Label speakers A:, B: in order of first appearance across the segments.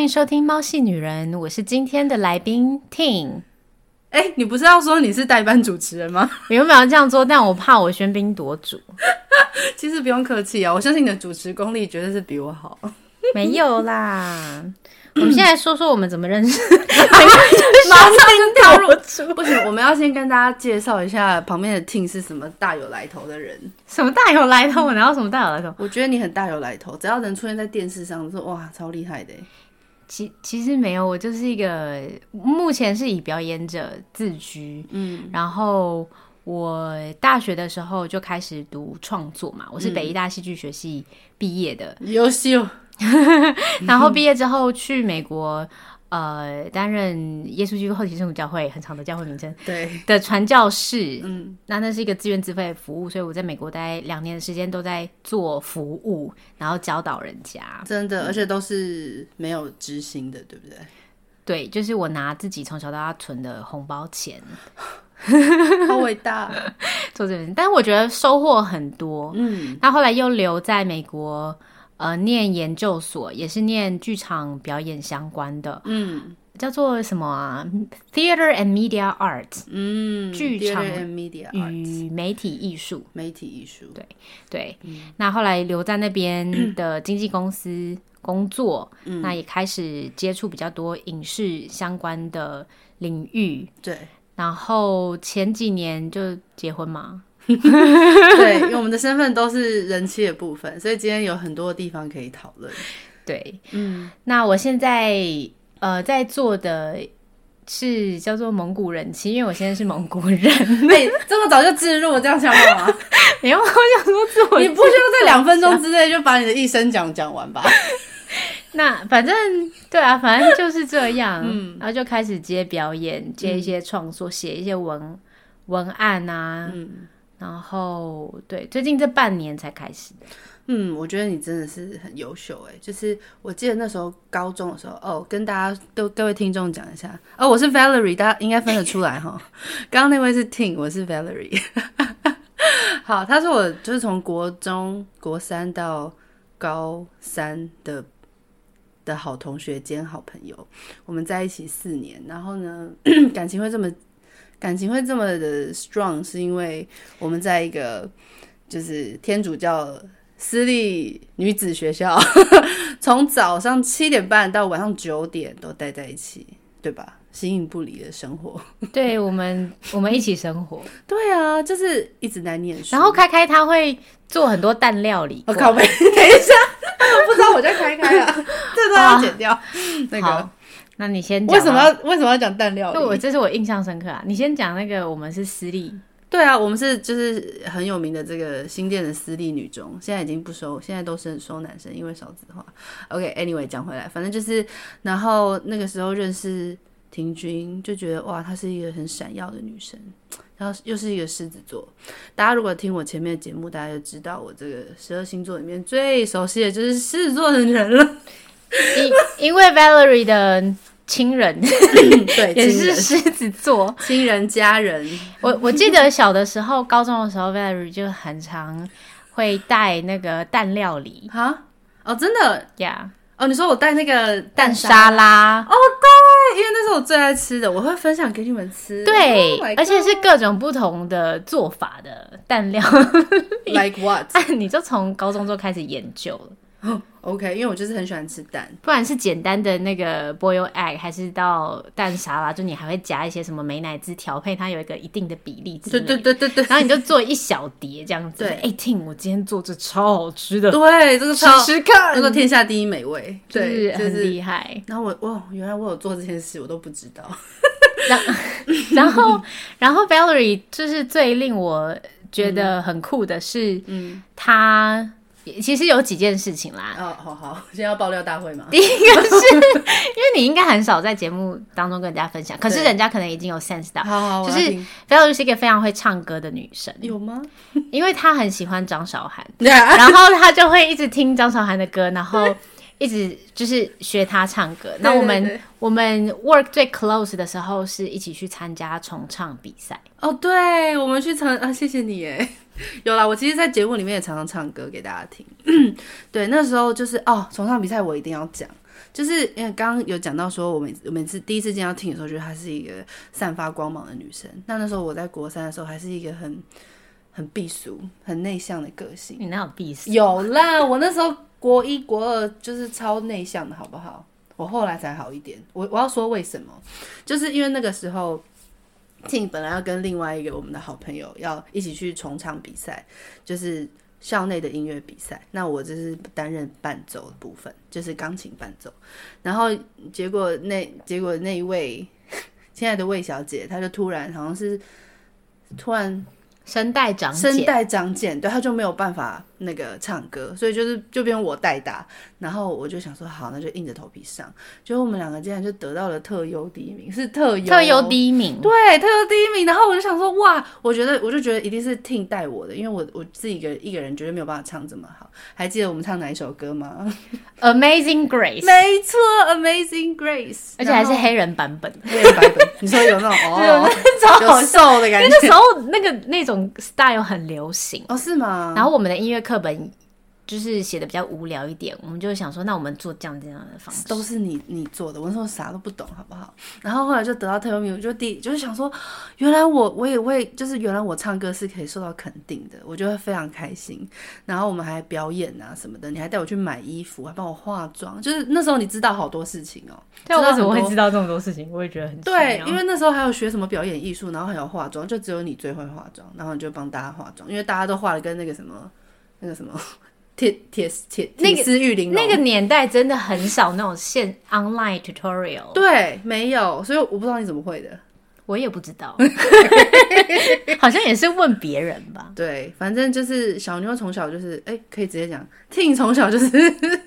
A: 迎收听《猫系女人》，我是今天的来宾 Ting。
B: 哎、你不是要说你是代班主持人吗？
A: 原本要这样做，但我怕我喧宾夺主，
B: 其实不用客气啊，我相信你的主持功力绝对是比我好。
A: 没有 啦。我们现在说说我们怎么认 识，
B: 马上就跳入， 不行，我们要先跟大家介绍一下旁边的 Ting 是什么大有来头的人。
A: 什么大有来头，我哪有什么大有来头？
B: 我觉得你很大有来头，只要能出现在电视上，说哇，超厉害的欸。
A: 其其实没有，我就是一个目前是以表演者自居，
B: 嗯，
A: 然后我大学的时候就开始读创作嘛，我是北医大戏剧学系毕业的，
B: 优秀，
A: 然后毕业之后去美国，呃，担任耶稣基督后期圣母教会很长的教会名称
B: 对，
A: 的传教士。
B: 嗯，
A: 那那是一个自愿自费的服务，所以我在美国待两年的时间都在做服务，然后教导人家。
B: 真的，而且都是没有知心的，对不对？
A: 对，就是我拿自己从小到大存的红包钱
B: 好伟大，
A: 做这件事，但是我觉得收获很多。
B: 嗯，
A: 那后来又留在美国，呃，念研究所，也是念剧场表演相关的，
B: 嗯
A: 叫做什么啊？Theater and Media Art，
B: 嗯，
A: 剧场
B: Theater and media arts
A: 与媒体艺术。
B: 媒体艺术，对，
A: 对，
B: 嗯
A: 那后来留在那边的经纪公司工作，
B: 嗯
A: 那也开始接触比较多影视相关的领域。
B: 对。
A: 然后前几年就结婚嘛，
B: 对，因为我们的身份都是人妻的部分，所以今天有很多地方可以讨论。
A: 对，
B: 嗯，
A: 那我现在呃在做的是叫做蒙古人妻，因为我现在是蒙古 人，
B: 哎、这么早就置入，这样想好吗？
A: 没有，我想说自我，
B: 你不需要在两分钟之内就把你的一生讲讲完吧？
A: 那反正对啊，反正就是这样，
B: 嗯
A: 然后就开始接表演，接一些创作，写、一些文文案啊，
B: 嗯
A: 然后对，最近这半年才开始 的，
B: 嗯，我觉得你真的是很优秀哎、就是我记得那时候高中的时候，哦，跟大家各各位听众讲一下，哦，我是 Valerie，大家应该分得出来哈。刚刚那位是 Ting，我是 Valerie。好，他是我就是从国中国三到高三的的好同学兼好朋友，我们在一起四年，然后呢， 感情会这么感情会这么的 strong，是因为我们在一个就是天主教私立女子学校， 从早上七点半到晚上九点都待在一起，对吧？形影不离的生活，
A: 对我们我们一起生活，
B: 对啊，就是一直在念书，
A: 然后开开他会做很多蛋料理
B: 我、
A: 过来，
B: 啊 靠背，等一下，不知道我在开开啊， 这段要剪 掉。那个
A: 好，那你先讲
B: 为什么
A: 啊？
B: 要为什么要讲蛋料
A: 对我
B: 理？
A: 这是我印象深刻啊！你先讲那个，我们是私 立，
B: 对啊，我们是就是很有名的这个新店的私立女中，现在已经不收，现在都是收男生，因为少子化。OK，anyway，、讲回来，反正就是，然后那个时候认识婷君，就觉得哇，她是一个很闪耀的女生，然后又是一个狮子座。大家如果听我前面的节目，大家就知道我这个十二星座里面最熟悉的就是狮子座的人了。
A: 因因为 Valerie 的亲人
B: 对，
A: 也
B: 亲
A: 是
B: 人
A: 狮子座，
B: 亲人、家人，
A: 我我记得小的时候，高中的时候，Valerie 就很常会带那个蛋料理
B: 哈，哦，真的，
A: 呀
B: 哦，你说我带那个
A: 蛋
B: 沙，哦
A: 沙拉，
B: 因为那是我最爱吃的，我会分享给你们吃。
A: 对
B: Oh my，God
A: 而且是各种不同的做法的蛋料，
B: like what？哦
A: 你就从高中就开始研究了。
B: OK，因为我就是很喜欢吃蛋，
A: 不管是简单的那个 boil egg，还是到蛋沙拉，就你还会加一些什么美乃滋调配，它有一个一定的比例之
B: 对
A: 类
B: 对
A: 的。
B: 对对对
A: 然后你就做一小碟这样子。
B: 对
A: 哎、t i m 我今天做这超好吃的，
B: 对，这个
A: 吃
B: 超
A: 吃看
B: 叫，做天下第一美味，对，
A: 就是
B: 就
A: 很
B: 是。
A: 厉害。
B: 然后我哇，原来我有做这件事，我都不知道。
A: 然后，然后 Valerie 就是最令我觉得很酷的是，
B: 嗯，
A: 她其实有几件事情啦。
B: 哦，好好，现在要爆料大会吗？
A: 第一个是因为你应该很少在节目当中跟人家分享，可是
B: 对
A: 人家可能已经有 sense 到。
B: 好好，我
A: 就
B: 要
A: 是
B: 听
A: Valerie 是一个非常会唱歌的女生，
B: 有吗？
A: 因为她很喜欢张韶涵，
B: 对 啊，
A: 然后她就会一直听张韶涵的歌，然后一直就是学她唱歌。那我们
B: 对对
A: 我们 work 最 close 的时候是一起去参加重唱比赛，
B: 哦，对，我们去唱啊，谢谢你耶。 有啦，我其实，在 节目里面也常常唱歌给大家听。对，那时候就是哦，重唱比赛我一定要讲，就是因为刚刚有讲到说，我每我每次第一次见到 Ting 的时候，觉得她是一个散发光芒的女生。那那时候我在国三的时候，还是一个很很避俗、很内向的个性。
A: 你那有必死？
B: 有啦，我那时候国一、国二就是超内向的，好不好？我后来才好一点。我我要说为什么，就是因为那个时候，Ting 本来要跟另外一个我们的好朋友要一起去重唱比赛，就是校内的音乐比赛。那我就是担任伴奏的部分，就是钢琴伴奏。然后结果那结果那一位 亲爱的魏小姐，她就突然好像是突然
A: 声带长
B: 声
A: 茧，
B: 带长茧，对，他就没有办法那个唱歌，所以就是就变我代打。然后我就想说，好，那就硬着头皮上。结果我们两个竟然就得到了特优第一名，是特优哦
A: 特优第一名。
B: 对，特优第一名。然后我就想说，哇，我觉得我就觉得一定是 Ting 带我的，因为我我自己一个一个人绝对没有办法唱这么好。还记得我们唱哪一首歌吗？
A: Amazing Grace，
B: 没错，Amazing Grace，
A: 而且还是
B: 然后
A: 黑人版 本。
B: 黑人版本。你说 有那种哦，
A: 超
B: 有瘦的感
A: 因为
B: 觉
A: 那时候那个那种 style 很流行，
B: 哦，是吗？
A: 然后我们的音乐课本就是写的比较无聊一点，我们就想说，那我们做这样这样的方式。
B: 都是你你做的，我那时候啥都不懂，好不好？然后后来就得到特优名，我就第就是想说，原来我我也会，就是原来我唱歌是可以受到肯定的，我就会非常开心。然后我们还表演啊什么的，你还带我去买衣服，还帮我化妆，就是那时候你知道好多事情哦、
A: 但
B: 知
A: 我
B: 道
A: 为什么
B: 很
A: 会
B: 多
A: 知道这么多事情？我也觉得很
B: 对，因
A: 为
B: 为那时候还有学什么表演艺术，然后还有化妆，就只有你最会化妆，然后你就帮大家化妆，因为大家都化的跟那个什么那个什么 铁铁铁
A: 那
B: 铁
A: 个
B: 丝玉玲珑
A: 那个年代真的很少那种现 online tutorial，
B: 对没有，所以我不知道你怎么会的。
A: 我也不知 道，好像也是问别人吧。
B: 对，反正就是小妞从小就是，哎、可以直接讲，Ting 从小就是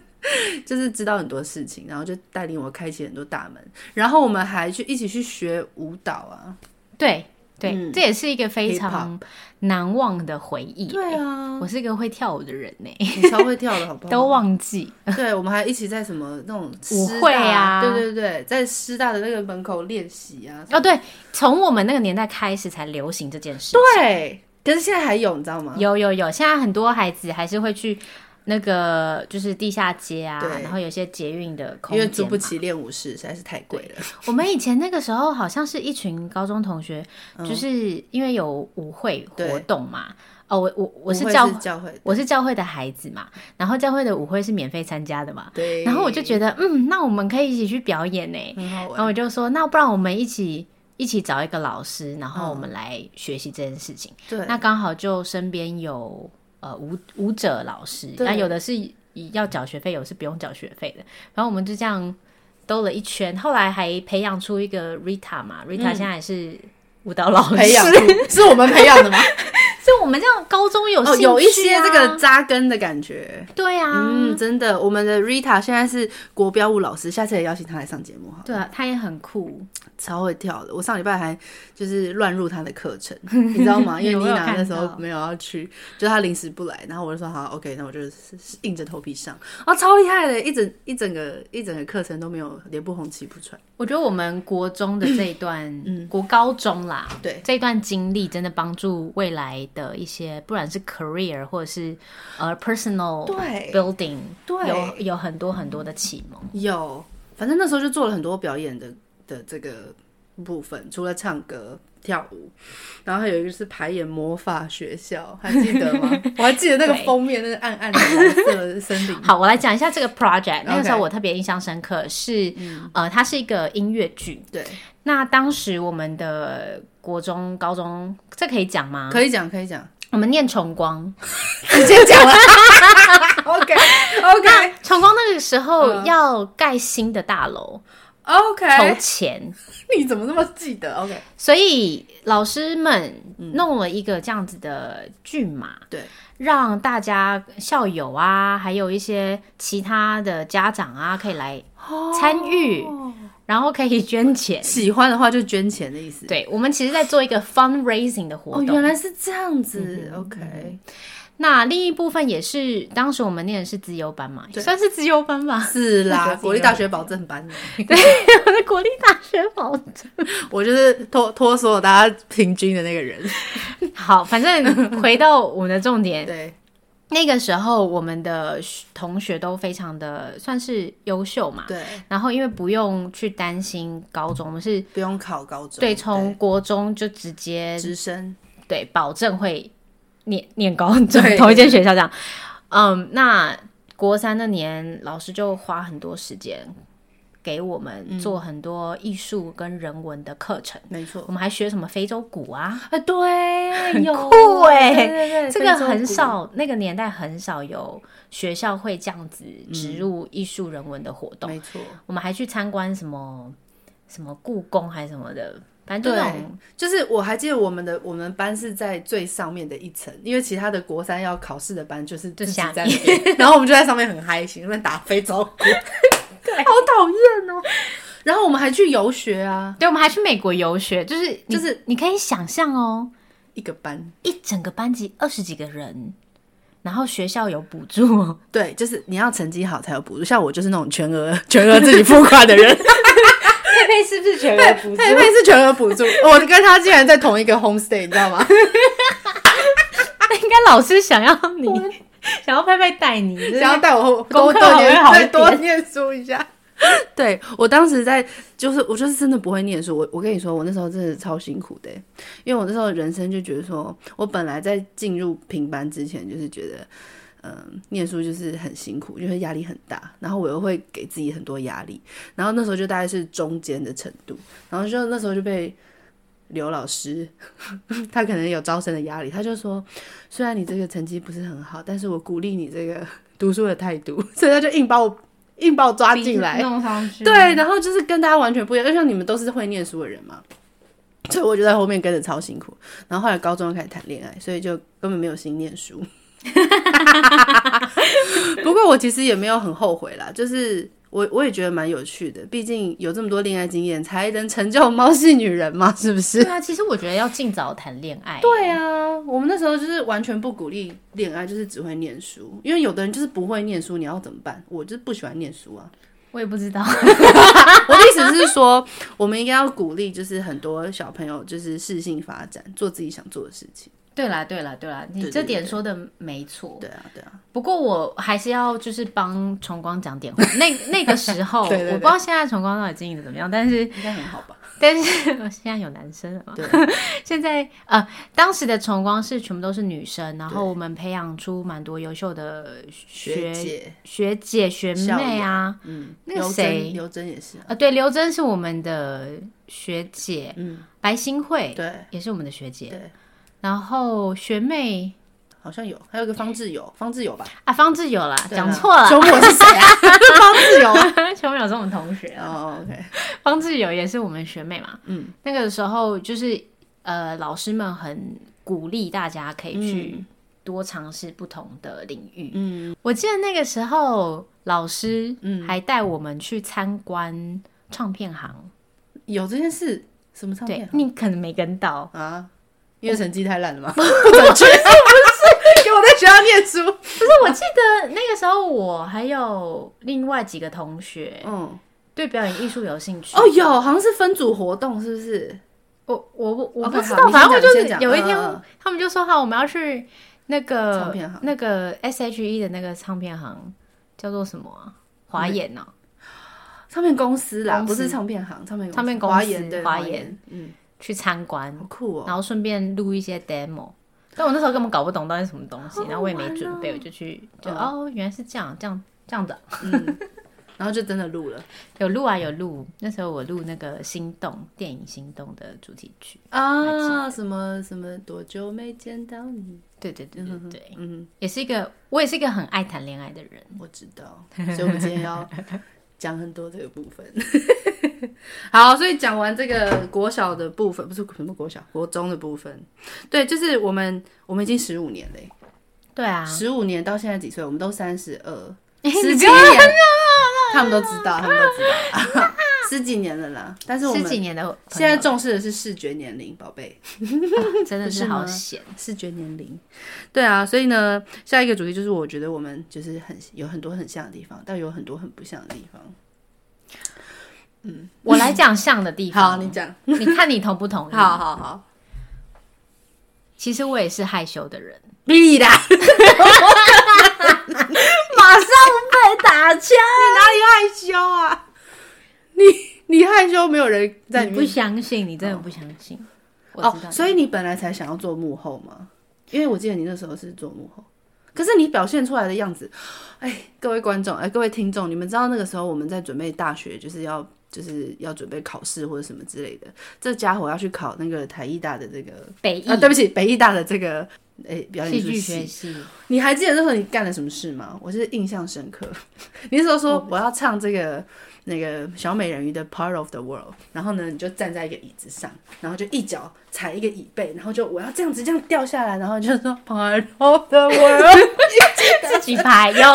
B: 就是知道很多事情，然后就带领我开启很多大门，然后我们还去一起去学舞蹈啊，
A: 对对，
B: 嗯
A: 这也是一个非常难忘的回忆。
B: 对啊，嗯
A: 我是一个会跳舞的人呢、
B: 你超会跳的好不好？
A: 都忘记。
B: 对，我们还一起在什么那种
A: 舞
B: 师
A: 会
B: 大
A: 啊
B: 对对对，在师大的那个门口练习啊，
A: 哦，对，从我们那个年代开始才流行这件事。
B: 对，啊可是现在还有，你知道吗？
A: 有有有，现在很多孩子还是会去那个就是地下街啊，
B: 对
A: 然后有些捷运的空
B: 因为
A: 间。啊
B: 租不起练舞室，实在是太贵了。
A: 我们以前那个时候好像是一群高中同学，
B: 嗯
A: 就是因为有舞会活动嘛。哦，我我我
B: 舞
A: 是
B: 会
A: 教
B: 教会，
A: 我是教会的孩子嘛，然后教会的舞会是免费参加的嘛，
B: 对，
A: 然后我就觉得嗯，那我们可以一起去表演呢、
B: 很好玩
A: 然。后我就说，那不然我们一起一起找一个老师，然后我
B: 嗯
A: 们来学习这件事情。
B: 对，
A: 那刚好就身边有呃舞舞者老师，
B: 对
A: 那有的是要缴学费，有的是不用缴学费的。然后我们就这样兜了一圈，后来还培养出一个 Rita 嘛，Rita 现在也哦是舞蹈老师。
B: 嗯培养出是我们培养的吗？
A: 所以我们这样高中有、啊
B: 哦，有一些这个，扎根的感觉。
A: 对啊，
B: 嗯，真的，我们的 Rita 现在是国标舞老师，下次也邀请她来上节目哈，
A: 对啊，他也很酷。
B: 超会跳的。我上礼拜还就是乱入她的课程，你知 道吗？因为
A: 有
B: 妮
A: 我有
B: 娜那
A: 看
B: 时候
A: 到
B: 没有要去，就她临时不来，然后我就说好，OK，那我就是硬着头皮上，哦，超厉害的，一整一整个一整个课程都没有脸不红气不喘。
A: 我觉得我们国中的这一段，
B: 嗯
A: 国高中啦，
B: 对
A: 这一段经历，真的帮助未来的一些，不管是 career 或者是呃 personal
B: 对
A: building，
B: 对
A: 有有很多很多的启蒙。
B: 有，反正那时候就做了很多表演的的这个部分，除了唱歌、跳舞，然后还有一个是排演魔法学校，还记得 吗？我还记得那个
A: 对
B: 封面，那个暗暗的蓝色的森林。
A: 好，我来讲一下这个 project。那个时候
B: OK 嗯
A: 我特别印象深刻是，呃，它是一个音乐剧。
B: 对，
A: 那当时我们的国中、高中，这可以讲吗？
B: 可以讲，可以讲，
A: 我们念崇光，
B: 直接讲了。OK OK
A: 崇光那个时候要盖新的大楼，筹
B: 嗯 OK，
A: 钱。
B: 你怎么那么记得？OK，
A: 所以老师们
B: 嗯
A: 弄了一个这样子的剧码，
B: 对，
A: 让大家校友啊，还有一些其他的家长啊，可以来参与，然后可以捐 钱。
B: 喜欢的话就捐钱的意思。
A: 对，我们其实在做一个 fundraising 的活
B: 哦，
A: 动。
B: 原来是这样子。OK，
A: 那另一部分也是，当时我们念的是资优班嘛，也算是资优班 吧，
B: 是 啦，
A: 我记
B: 国立
A: 得
B: 大学保证班的。
A: 我的国立大学保
B: 我就是拖拖所有大家平均的那个人。
A: 好，反正回到我们的重点，
B: 对，
A: 那个时候我们的学同学都非常的算是优秀嘛，
B: 对，
A: 然后因为不用去担心高中，我们是
B: 不用考高中，
A: 对从国中就直接
B: 直升，
A: 对保证会念念高中
B: 对
A: 同一间学校这样。嗯，那国三那年老师就花很多时间给我
B: 嗯
A: 们做很多艺术跟人文的课程，
B: 没错，
A: 我们还学什么非洲鼓啊，
B: 啊，对，很
A: 酷欸
B: 对对对，
A: 这个
B: 非洲
A: 很
B: 鼓，
A: 少，那个年代很少有学校会这样子植入艺术人文的活动。
B: 嗯没错，
A: 我们还去参观什么什么故宫还是什么的，反正就
B: 对
A: 那种
B: 就是我还记得我们的我们班是在最上面的一层，因为其他的国三要考试的班就是自己在那边，然后我们就在上面很嗨，心，那边打非洲鼓， 对，好讨厌哦。然后我们还去游学啊，
A: 对，我们还去美国游学，就是就
B: 就是
A: 你可以想象哦，
B: 一个班，
A: 一整个班级二十几个人，然后学校有补助哦，
B: 对，就是你要成绩好才有补助，像我就是那种全额全额自己付款 的人，
A: 佩佩是不是全额 补
B: 佩佩是全额补助，我跟他竟然在同一个 homestay，你知道吗？
A: 应该老师想要你，想要佩佩带你，就是
B: 想要带我后
A: 功
B: 多
A: 课
B: 多
A: 好
B: 念
A: 像好一
B: 再多
A: 点
B: 念书一下。对我当时在，就是我就是真的不会念书。我我跟你说，我那时候真的超辛苦的，欸因为我那时候人生就觉得说，我本来在进入平班之前，就是觉得，嗯，念书就是很辛苦，因为压力很大，然后我又会给自己很多压力，然后那时候就大概是中间的程度，然后就那时候就被刘老师， 他可能有招生的压力，他就说，虽然你这个成绩不是很好，但是我鼓励你这个读书的态度， 所以他就硬把我硬把我抓进来，
A: 弄上去，
B: 对，然后就是跟大家完全不一样，就像你们都是会念书的人嘛，所以我就在后面跟着超辛苦。然后后来高中就开始谈恋爱，所以就根本没有心念 书。不过我其实也没有很后悔啦，就是我我也觉得蛮有趣的，毕竟有这么多恋爱经验，才能成就猫系女人嘛，是不是？
A: 对啊，其实我觉得要尽早谈恋爱，
B: 对啊，我们那时候就是完全不鼓励恋爱，就是只会念书，因为有的人就是不会念书，你要怎么办？我就是不喜欢念书啊。
A: 我也不知 道，
B: 我的意思是说，我们应该要鼓励，就是很多小朋友就是适性发展，做自己想做的事情。
A: 对啦对啦对啦，你
B: 对
A: 这
B: 对
A: 点
B: 对
A: 说的没错，
B: 对啊，对啊，
A: 不过我还是要就是帮崇光讲点话。那那个时候，
B: 对对
A: 我
B: 对
A: 不知道现在崇光到底经营的怎么样，但是
B: 应该很好吧？
A: 但是哦现在有男生了嘛？
B: 对，
A: 现在呃，当时的崇光是全部都是女生，然后我们培养出蛮多优秀的学
B: 学姐、
A: 学姐、学妹啊。
B: 嗯，
A: 那个
B: 刘
A: 谁
B: 真，刘真也是啊，
A: 呃，对，刘真是我们的学姐，
B: 嗯，
A: 白新慧
B: 对
A: 也是我们的学姐，
B: 对，
A: 然后学妹
B: 好像有，还有一个方志友，方志友吧？
A: 啊，方志友啦，
B: 对啊
A: 讲错了，
B: 熊我是谁啊？方志友啊。
A: 熊友是我们同学啊。
B: 哦，OK，
A: 方志友也是我们学妹嘛，
B: 嗯，
A: 那个时候就是呃，老师们很鼓励大家可以去多尝试不同的领域。
B: 嗯，
A: 我记得那个时候老师还带我们去参观唱片行，
B: 有这件事，什么唱
A: 对
B: 片
A: 你可能没跟到，
B: 啊？因
A: 哦
B: 为成绩太烂 了吗？不准确，不是， 给我在学校念书。
A: 不是？我记得那个时候我还有另外几个同学
B: 嗯，
A: 对表演艺术有兴趣。
B: 哦，有，好像是分组活动，是不是？
A: 我我不我
B: OK，
A: 哦不知
B: 好
A: 道，
B: 你先
A: 反正我
B: 讲
A: 就
B: 你
A: 是
B: 先讲
A: 有一天
B: 嗯嗯嗯，
A: 他们就说好，我们要去那个
B: 唱片行
A: 那个 S H E 的那个唱片行，叫做什么啊？华研呢？
B: 唱片公司啦，
A: 公
B: 不
A: 司
B: 是唱片行，唱片
A: 唱片公司
B: 华研对
A: 华
B: 华
A: 研
B: 研，嗯，
A: 去参观，
B: 好酷哦。
A: 然后顺便录一些 demo。但我那时候根本搞不懂到底是什么东西
B: 好，好
A: 然后我也没
B: 玩哦
A: 准备，我就去就
B: 嗯
A: 哦，原来是这样，这样这样的。
B: 然后就真的录了
A: 有录啊，有录。那时候我录那个《心动》电影《心动》的主题曲。
B: 啊，什么什么多久没见到你？
A: 对对对对对，
B: 嗯，
A: 也是一个我也是一个很爱谈恋爱的人。
B: 我知 道，所以我们今天要讲很多这个部分。 好，所以讲完这个国小的部分，不是什么国小，国中的部分，对，就是我们我们已经十五年嘞，
A: 对啊，
B: 十五年到现在几岁？我们都三十二，
A: 你
B: 十
A: 不
B: 几
A: 要
B: 年，他们都知道，他们都知道， 十几年了啦。但是我
A: 十
B: 们
A: 几年的朋
B: 现在
A: 友
B: 重视的是视觉年龄，宝贝，
A: 啊真的
B: 不
A: 是
B: 是
A: 好
B: 吗
A: 险。
B: 视觉年龄。对啊，所以呢，下一个主题就是我觉得我们就是很有很多很像的地方，但有很多很不像的地方。
A: 我来讲像的地
B: 好，
A: 方，
B: 你讲，
A: 你看你同不同意？
B: 好好好，
A: 其实我也是害羞的人，
B: 必 的，
A: 马上被打枪。
B: 你哪里害羞啊？ 你你害羞，没有人在
A: 你
B: 里
A: 不
B: 面
A: 相信，你真的不相信。我
B: 哦
A: 知，道，
B: 所以你本来才想要做幕后吗？因为我记得你那时候是做幕后，可是你表现出来的样子，哎，各位观众，哎，各位听众，你们知道那个时候我们在准备大学，就是要就是要准备考试或者什么之类的，这家伙要去考那个台艺大的这个，
A: 北艺
B: 啊，对不起，北艺大的这个。哎、表演
A: 戏
B: 艺术
A: 剧
B: 系
A: 学，系，
B: 你还记得那时候你干了什么事吗？我是印象深刻。 你那时候说我要唱这个那个小美人鱼的《Part of the World》，然后呢，你就站在一个椅子上，然后就一脚踩一个椅背，然后就我要这样子这样掉下来，然后就说 Part of the World，
A: 自己拍有，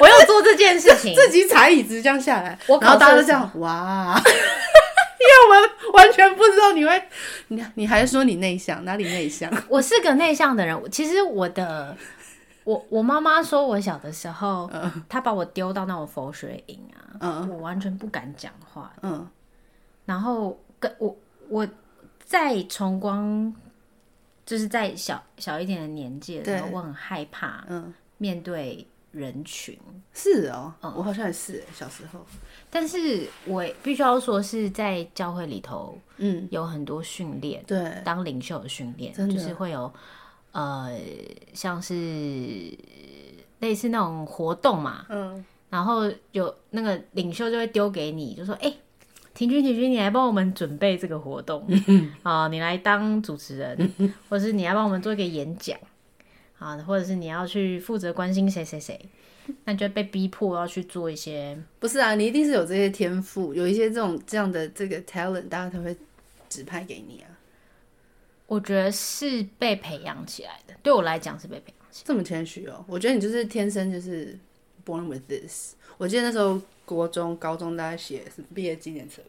A: 我有做这件事 情。
B: 自己踩椅子这样下来，
A: 我
B: 然
A: 搞
B: 后大家
A: 错
B: 都这样哇， 因为我们完全不知道你会，你你还说你内向，哪里内向？
A: 我是个内向的人，我其实我的。我我妈妈说，我小的时候，她把我丢到那种佛学营啊，
B: 嗯
A: 我完全不敢讲话。
B: 嗯
A: 然后跟我我在崇光，就是在小小一点的年纪的时候，
B: 对
A: 我很害怕
B: 嗯，
A: 面对人群，
B: 是哦，我好像也是小时候，
A: 但是我必须要说是在教会里头
B: 嗯，
A: 有很多训练，
B: 对。
A: 当领袖的训练，
B: 真的
A: 就是会有呃，像是类似那种活动嘛，
B: 嗯，
A: 然后有那个领袖就会丢给你，就说：“哎、婷君，婷君，你来帮我们准备这个活动 啊、你来当主持人，或是你来帮我们做一个演讲啊，或者是你要去负责关心谁谁谁。”那你就会被逼迫要去做一些，
B: 不是啊，你一定是有这些天赋，有一些这种这样的这个 talent，大家才会指派给你啊。
A: 我觉得是被培养起来的。对我来讲是被培养起来的。
B: 这么谦虚哦，我觉得你就是天生就是 born with this。我记得那时候国中、高中大家写是毕业纪念册，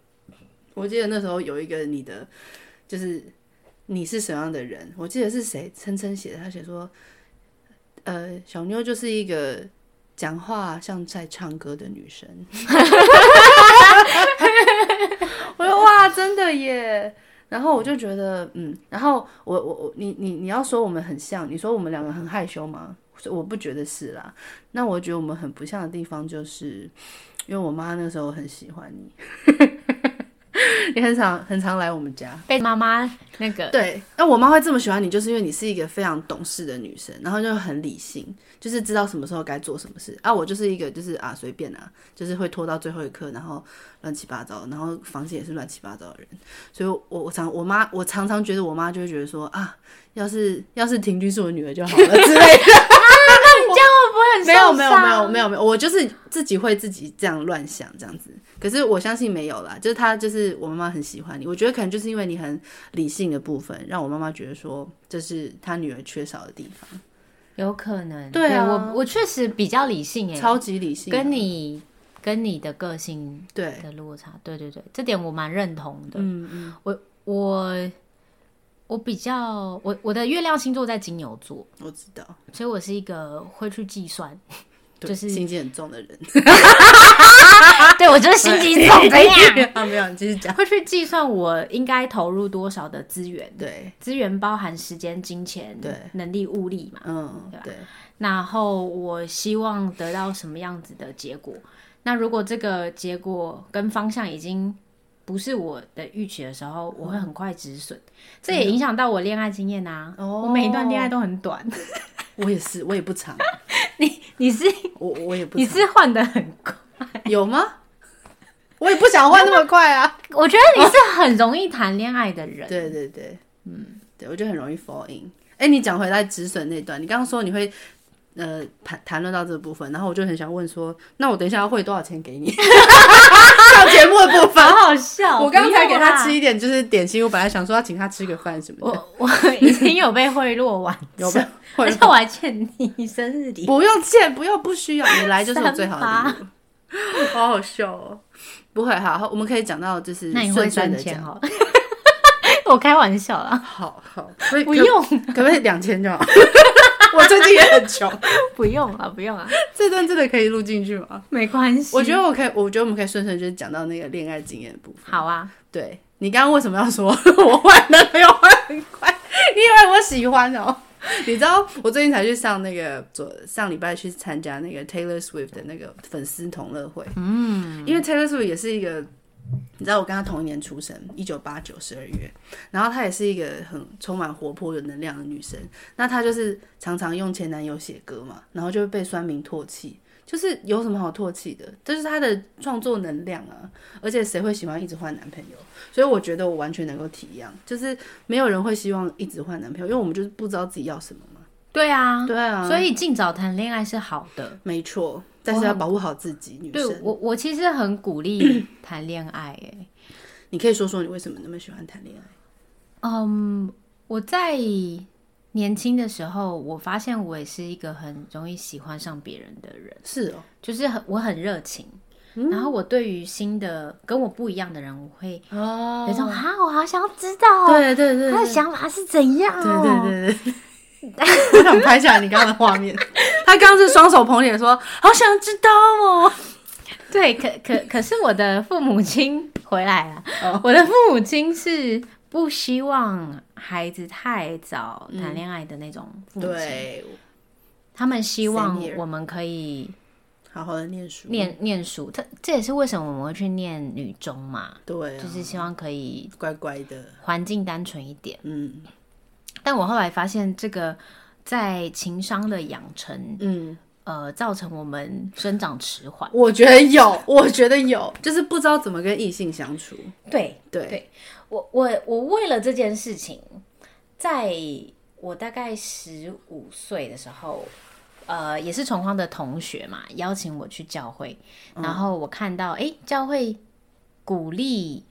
B: 我记得那时候有一个你的，就是你是什么样的人，我记得是谁琛琛写的，他写说，呃，小妞就是一个讲话像在唱歌的女生。 我说哇，真的耶！然后我就觉得，嗯，然后我我我，你你你要说我们很像，你说我们两个很害羞吗？我不觉得是啦。那我觉得我们很不像的地方，就是因为我妈那时候很喜欢你， 你很常很常来我们家。
A: 被妈妈那 个
B: 对，那我妈会这么喜欢你，就是因为你是一个非常懂事的女生，然后就很理性，就是知道什么时候该做什么事。啊，我就是一个就是啊随便啊，就是会拖到最后一刻，然后乱七八糟，然后房间也是乱七八糟的人。所以我，我常我妈我常常觉得我妈就会觉得说啊，要是要是停居是我女儿就好了 之类的。
A: 这样会不会很
B: 没有没有没有
A: 受伤
B: 没有没有，我就是自己会自己这样乱想这样子。可是我相信没有啦，就是她就是我妈妈很喜欢你，我觉得可能就是因为你很理性的部分，让我妈妈觉得说这是她女儿缺少的地方，
A: 有可能。
B: 对啊
A: 我我确实比较理性诶，
B: 超级理性啊、
A: 跟你跟你的个性
B: 对，
A: 的落差，对对对，这点我蛮认同的。
B: 嗯嗯，
A: 我我比较我我的月亮星座在金牛座，
B: 我知道，
A: 所以我是一个会去计算，
B: 对
A: 就是
B: 心机很重的人，
A: 啊对我就是心机重的呀，
B: 啊，没有，你继续 讲，
A: 会去计算我应该投入多少的资源，
B: 对，
A: 资源包含时间、金钱、
B: 对
A: 能力、物力嘛。
B: 嗯，对，
A: 然后我希望得到什么样子的结果。那如果这个结果跟方向已经不是我的预期的时候，我会很快止损，这也影响到我恋爱经验啊。
B: 哦
A: 我每一段恋爱都很 短，
B: 我也是，我也不长，
A: 你你是
B: 我 我也不
A: 你
B: 长，
A: 是换的很快，
B: 有吗？我也不想换那么快啊。
A: 我觉得你是很容易谈恋爱的人。
B: 对对对，嗯，对我就很容易 fall in。哎、你讲回来止损那段，你刚刚说你会呃谈谈论到这部分，然后我就很想问说，那我等一下要汇多少钱给你？ 上节目的 部 分，
A: 好好笑！
B: 我刚才给他
A: 哦不
B: 吃
A: 用啦，
B: 一点就是点心，我本来想说要请他吃个饭什么的，
A: 我我已经有被贿赂 完成，
B: 有没有？
A: 而且我还欠你生日礼物。
B: 不用欠，不用，不需要，你来就是我最好的礼物。 好好笑哦！不会，好，我们可以讲到就是
A: 那你会
B: 顺顺
A: 三
B: 的
A: 千哦
B: 讲，
A: 好了， 我开玩笑啦，
B: 好好，所以
A: 不用
B: 可不可以两千就好？ 我最近也很穷，
A: 不用啊，不用啊，
B: 这段真的可以录进去吗？
A: 没关系。
B: 我觉得我可以，我觉得我们可以顺顺就是讲到那个恋爱经验的部分。
A: 好啊，
B: 对你刚刚为什么要说我换男朋友换很快？你以为我喜欢哦？ 你知道我最近才去上那个昨上礼拜去参加那个 Taylor Swift 的那个粉丝同乐会，嗯，因为 Taylor Swift 也是一个，你知道我跟他同一年出生，一九八九十二月，然后她也是一个很充满活泼有能量的女生，那她就是常常用前男友写歌嘛，然后就会被酸民唾弃。就是有什么好唾弃的？这是她的创作能量啊！而且谁会喜欢一直换男朋友？所以我觉得我完全能够体谅，就是没有人会希望一直换男朋友，因为我们就是不知道自己要什么嘛。
A: 对啊，
B: 对啊，
A: 所以尽早谈恋爱是好的。
B: 没错，但是要保护好自己，女
A: 对
B: 生。
A: 我，我其实很鼓励谈恋爱、欸。
B: 你可以说说你为什么那么喜欢谈恋爱？
A: 嗯，我在年轻的时候，我发现我也是一个很容易喜欢上别人的人。
B: 是哦，
A: 就是很我很热情，然后我对于新的跟我不一样的人，我会有一
B: 哦，
A: 种啊，我好想要知道哦
B: 对对对，
A: 他的
B: 对
A: 想法是怎样哦。
B: 对对 对，我 想拍下来你刚刚的画面。他刚刚是双手捧脸说：“好想知道哦。
A: 对可可可是我的父母亲回来了，
B: 哦
A: 我的父母亲是不希望孩子太早谈恋爱的那种”父母亲，
B: 对，
A: 他们希望
B: Same here
A: 我们可以
B: 好好的念书，
A: 念念书，这这也是为什么我们会去念女中嘛，
B: 对啊，
A: 就是希望可以
B: 乖乖的，
A: 环境单纯一点。
B: 嗯
A: 但我后来发现，这个在情商的养成，
B: 嗯。
A: 呃，造成我们生长迟缓。
B: 我觉得有，我觉得有，就是不知道怎么跟异性相处。
A: 对，
B: 对，
A: 对我我我为了这件事情，在我大概十五岁的时候，呃，也是崇光的同学嘛，邀请我去教会，然后我看到，诶，教会鼓励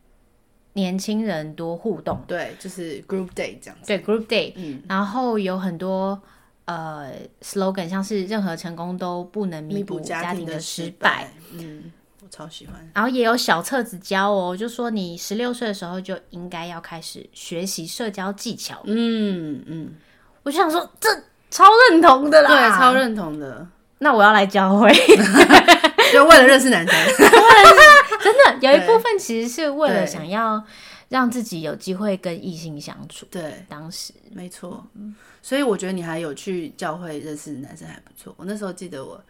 A: 年轻人多互动。
B: 对，就是 group day 这样子。
A: 对 Group Day，嗯，然后有很多呃 slogan，像是任何成功都不能弥补家
B: 庭
A: 庭的
B: 失
A: 失败，，
B: 嗯，我超喜欢。
A: 然后也有小册子教哦，就说你十六岁的时候就应该要开始学习社交技巧。
B: 嗯嗯，
A: 我就想说，这超认同的啦，
B: 对，超。认同的。
A: 那我要来教会，
B: 就为了认识男生，
A: 真的有一部分其实是为了
B: 对
A: 想要让自己有机会跟异性相处。
B: 对，
A: 当时
B: 没错。
A: 嗯
B: 所以我觉得你还有去教会认识男生还不错。我那时候记得我，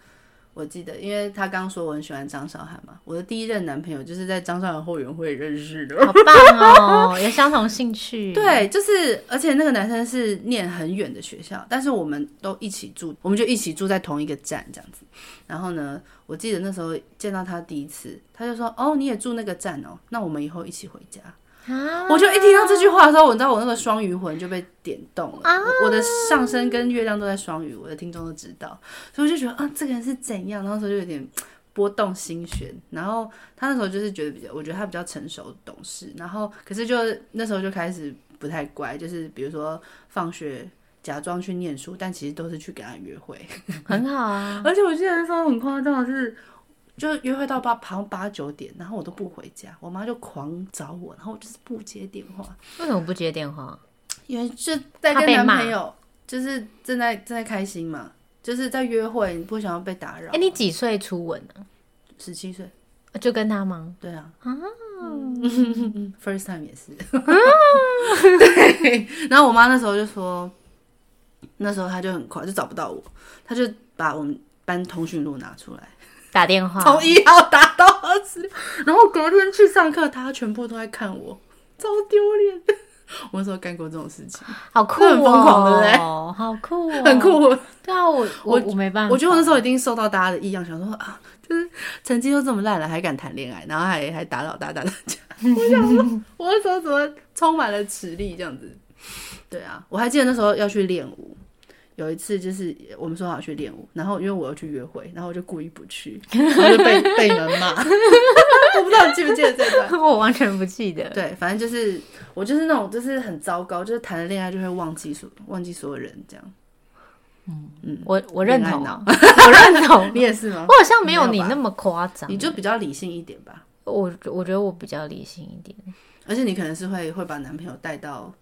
B: 我记得，因为他刚说我很喜欢张韶涵嘛，我的第一任男朋友就是在张韶涵后援会认识的。
A: 好棒哦，有相同兴趣，，
B: 对，就是，而且那个男生是念很远的学校，但是我们都一起住，我们就一起住在同一个站这样子。然后呢，我记得那时候见到他第一次，他就说：“哦，你也住那个站哦，那我们以后一起回家。
A: 啊
B: 我就一听到这句话的时候，我知道我那个双鱼魂就被点动了，我我的上身跟月亮都在双鱼，我的听众都知道，所以我就觉得啊，这个人是怎样，然后那时候就有点。波动心弦，然后他那时候就是觉得比较，我觉得他比较成熟懂事，然后可是就那时候就开始不太乖，就是比如说放学假装去念书，但其实都是去跟他约会，
A: 很好啊。
B: 而且我记得那时候很夸张的是，就约会到八好像八九点，然后我都不回家，我妈就狂找我，然后我就是不接电话，
A: 为什么不接电话？
B: 因为就在
A: 怕
B: 跟
A: 被
B: 男
A: 骂
B: 朋友，就是正在正在开心嘛，就是在约会，你不想要被打
A: 哎、
B: 扰。
A: 你几岁初吻啊？
B: 十七岁，
A: 就跟他吗？
B: 对啊，嗯，first time 也是， 对。然后我妈那时候就说，那时候她就很快就找不到我，她就把我们班通讯录拿出来，
A: 打电话？
B: 从一号打到二十，然后隔天去上课，她全部都在看我，超丢脸。 我那时候干过这种事情，
A: 好酷、哦，
B: 那很疯狂对不对
A: 好酷、哦，
B: 很。酷。
A: 对啊，我我我没办法，
B: 我觉得我那时候一定受到大家的异样，想说啊，就是成绩都这么烂了，还敢谈恋爱，然后还还打扰大家大家。 我想说，我那时候怎么充满了磁力这样子？对啊，我还记得那时候要去练舞，有一次就是我们说好去练舞，然后因为我要去约会，然后我就故意不去，然后就 被被你们骂。我不知道你记不记得这段？
A: 我完全不记得。
B: 对，反正就是我就是那种就是很糟糕，就是谈了恋爱就会忘记所忘记所有人这样。
A: 我我认同，
B: 恋 爱
A: 我认 同。
B: 你也是吗？
A: 我好像没有
B: 没
A: 你
B: 有吧
A: 那么夸张
B: 你。就比较理性一点吧。
A: 我我觉得我比较理性一点。
B: 而且你可能是会会把男朋友带到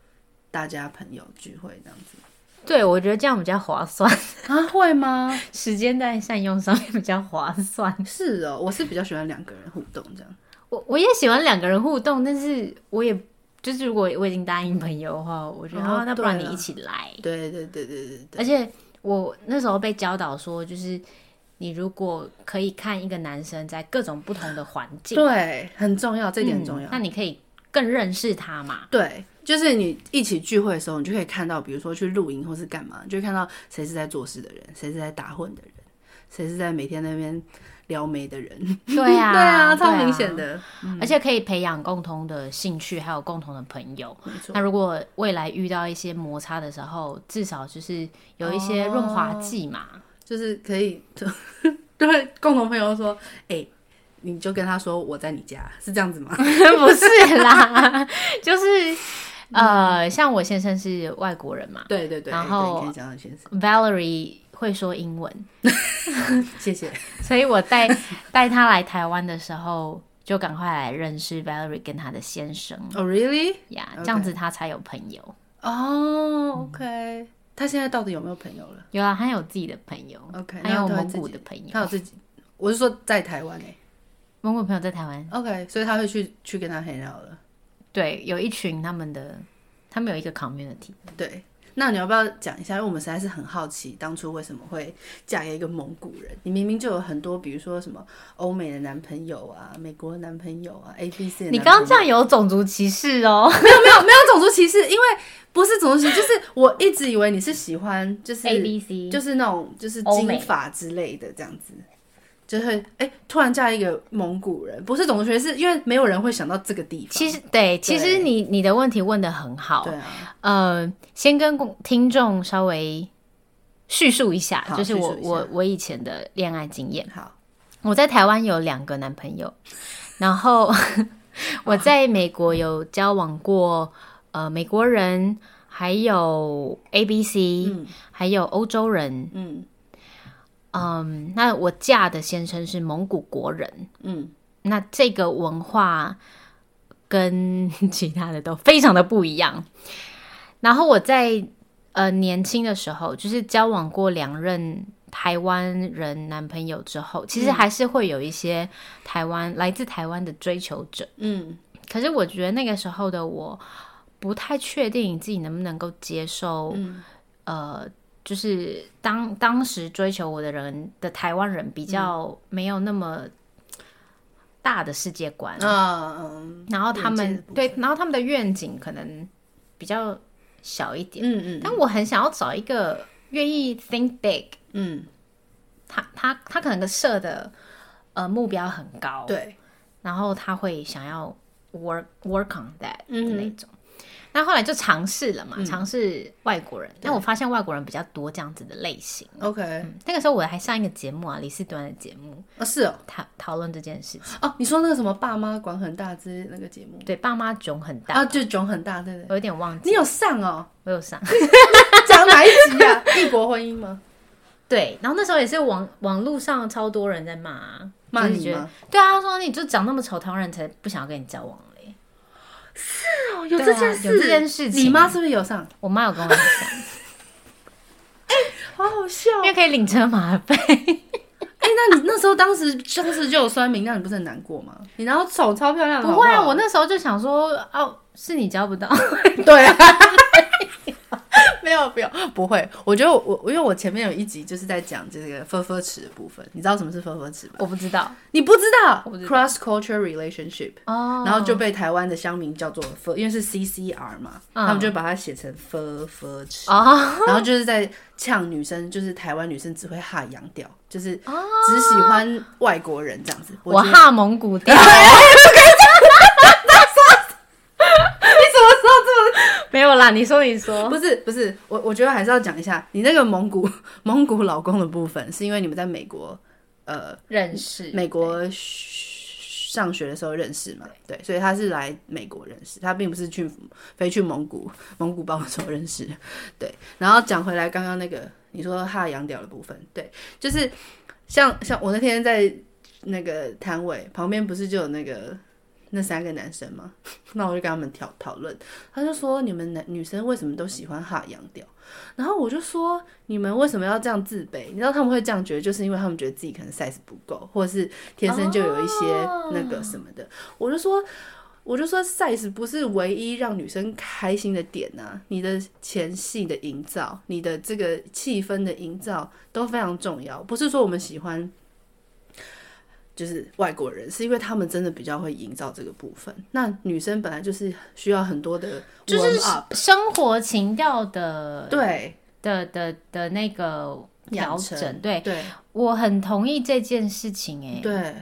B: 大家朋友聚会这样子
A: 对，我觉得这样比较划算，
B: 啊？会吗？
A: 时间在善用上面比较划算。
B: 是哦，我是比较喜欢两个人互动这样。
A: 我我也喜欢两个人互动，但是我也就是如果我已经答应朋友的话，我觉得、
B: 哦
A: 啊，那不然
B: 对
A: 你
B: 了
A: 一起来。
B: 对对对对对对，
A: 而且我那时候被教导说，就是你如果可以看一个男生在各种不同的环境，
B: 对，很重要，这一点
A: 嗯
B: 很重要。
A: 那你可以更认识他嘛。
B: 对，就是你一起聚会的时候，你就可以看到，比如说去露营或是干嘛，你就会看到谁是在做事的人，谁是在打混的人，谁是在每天那边撩妹的人。
A: 对啊，
B: 对啊，嗯超明显的，
A: 而且可以培养共同的兴趣，还有共同的朋友。
B: 没错
A: 那。如果未来遇到一些摩擦的时候，至少就是有一些润滑剂嘛。
B: 就是 可以，就会共同朋友说，哎、你就跟他说我在你家，是这样子 吗？
A: 不是 啦，就是
B: 嗯
A: 呃，像我先生是外国人嘛
B: 对对对，
A: 然后
B: 对你可以讲到先生，
A: ，Valerie 会说英 文，
B: 嗯谢谢。
A: 所以我带带他来台湾的时候，就赶快来认识 Valerie 跟他的先生
B: 哦、r e a l l y
A: 呀
B: OK
A: 这样子他才有朋友。
B: 哦、o k 他现在到底有没有朋友了
A: 有啊，他有自己的朋友
B: ？OK，
A: 还
B: 那
A: 有
B: 他会
A: 蒙
B: 自
A: 古
B: 己
A: 的朋友
B: 他，有自己，我是说在台湾诶、
A: 蒙古朋友在台湾，
B: OK，所以他会去去跟他 hang out 了。
A: 对，有一群他们的，他们有一个
B: 嗯
A: community。
B: 对，那你要不要讲一下？因为我们实在是很好奇，当初为什么会嫁给一个蒙古人？你明明就有很多，比如说什么欧美的男朋友啊，美国的男朋友啊，A B C 的
A: 你
B: 男朋
A: 刚
B: 友。
A: 刚这样有种族歧视哦。
B: 没有没有没有种族歧视，因为不是种族歧视，就是我一直以为你是喜欢就是
A: A B C
B: 就是那种就是
A: 欧
B: 金
A: 美
B: 发之类的这样子，就是哎、诶突然嫁一个蒙古人，不是种族歧视，因为没有人会想到这个地方。
A: 其实对，其实你你的问题问的很好
B: 对。啊，
A: 呃，先跟公听众稍微叙述一下，
B: 好
A: 就是
B: 叙述
A: 我
B: 一下
A: 我我以前的恋爱经验。
B: 好，
A: 我在台湾有两个男朋友，然 后我在美国有交往过呃美国人，还有 A B C，、
B: 嗯
A: 还有欧洲人。
B: 嗯
A: 嗯，那我嫁的先生是蒙古国人。
B: 嗯，
A: 那这个文化跟其他的都非常的不一样。然后我在呃年轻的时候，就是交往过两任台湾人男朋友之后，其实还是会有一些台湾来自台湾的追求者。
B: 嗯，
A: 可是我觉得那个时候的我不太确定自己能不能够接受，
B: 嗯
A: 呃，就是当当时追求我的人的台湾人
B: 嗯
A: 比较没有那么大的世界观，
B: 啊嗯
A: 然后他
B: 眼界
A: 们
B: 的部
A: 对，然后他们的愿景可能比较小一点，
B: 嗯嗯
A: 但我很想要找一个愿意 think big，
B: 嗯，
A: 他他他可能设的呃目标很高，
B: 嗯对，
A: 然后他会想要 work work on that
B: 嗯
A: 的那种。那后来就尝试了嘛，尝试外国人。那我发现外国人比较多这样子的类型。
B: OK，、
A: 嗯，那个时候我还上一个节目啊，李四端的节目
B: 哦是哦，
A: 讨讨论这件事情。
B: 哦你说那个什么爸妈管很大之类的那个节目
A: 对，爸妈囧很大，
B: 啊，就囧很大，对不对？
A: 我有点忘记，
B: 你有上哦？
A: 我有上。
B: 讲哪一集啊？ 异国婚姻吗？
A: 对，然后那时候也是网网络上超多人在骂啊，
B: 骂
A: 就是
B: 你
A: 觉得
B: 吗？
A: 对啊，他说你就长那么丑，台湾人才不想要跟你交往嘞。
B: 哦，
A: 有这件事有这件事情
B: 你妈是不是有上？
A: 我妈有跟我 讲，
B: 好好笑哦
A: 因为可以领车马费。
B: 哎、那你那时候当时当时就有酸民，那你不是很难过吗？你然后手超漂亮的，
A: 不会啊，
B: 好好
A: 我那时候就想说，哦，是你交不到，
B: 对啊。没有，没有，不会。我觉得我我因为我前面有一集就是在讲这个分分尺的部分，你知道什么是分分尺吗？
A: 我不知道
B: 你不知道
A: 我不知
B: cross culture relationship，、
A: 哦。
B: 然后就被台湾的乡民叫做分，因为是 CCR 嘛，
A: 嗯
B: 他们就把它写成分分尺。
A: 哦，
B: 然后就是在呛女生，就是台湾女生只会哈洋调，就是只喜欢外国人这样子。
A: 我
B: 觉得
A: 哈蒙古 调，
B: 你什么时候这么
A: 没有啦，你说你说，
B: 不是不是，我我觉得还是要讲一下你那个蒙古 蒙古老公的部分，是因为你们在美国呃
A: 认识
B: 美国上学的时候认识嘛？对，所以他是来美国认识，他并不是去飞去蒙古蒙古包的时候认识。对，然后讲回来刚刚那个你说哈洋屌的部分，对，就是像像我那天在那个摊位旁边不是就有那个。那三个男生嘛， 那我就跟他们讨讨论，他就说你们男女生为什么都喜欢哈洋屌？然后我就说你们为什么要这样自卑？你知道他们会这样觉得，就是因为他们觉得自己可能 size 不够，或者是天生就有一些那个什么的。我就说我就说 size 不是唯一让女生开心的点呐、你的前戏的营造，你的这个气氛的营造都非常重要。不是说我们喜欢就是外国人，是因为他们真的比较会营造这个部分。那女生本来就是需要很多的
A: 就是
B: warm up，
A: 啊生活情调的
B: 对
A: 的的的那个调
B: 养成
A: 整，对
B: 对
A: 我很同意这件事情哎、
B: 对，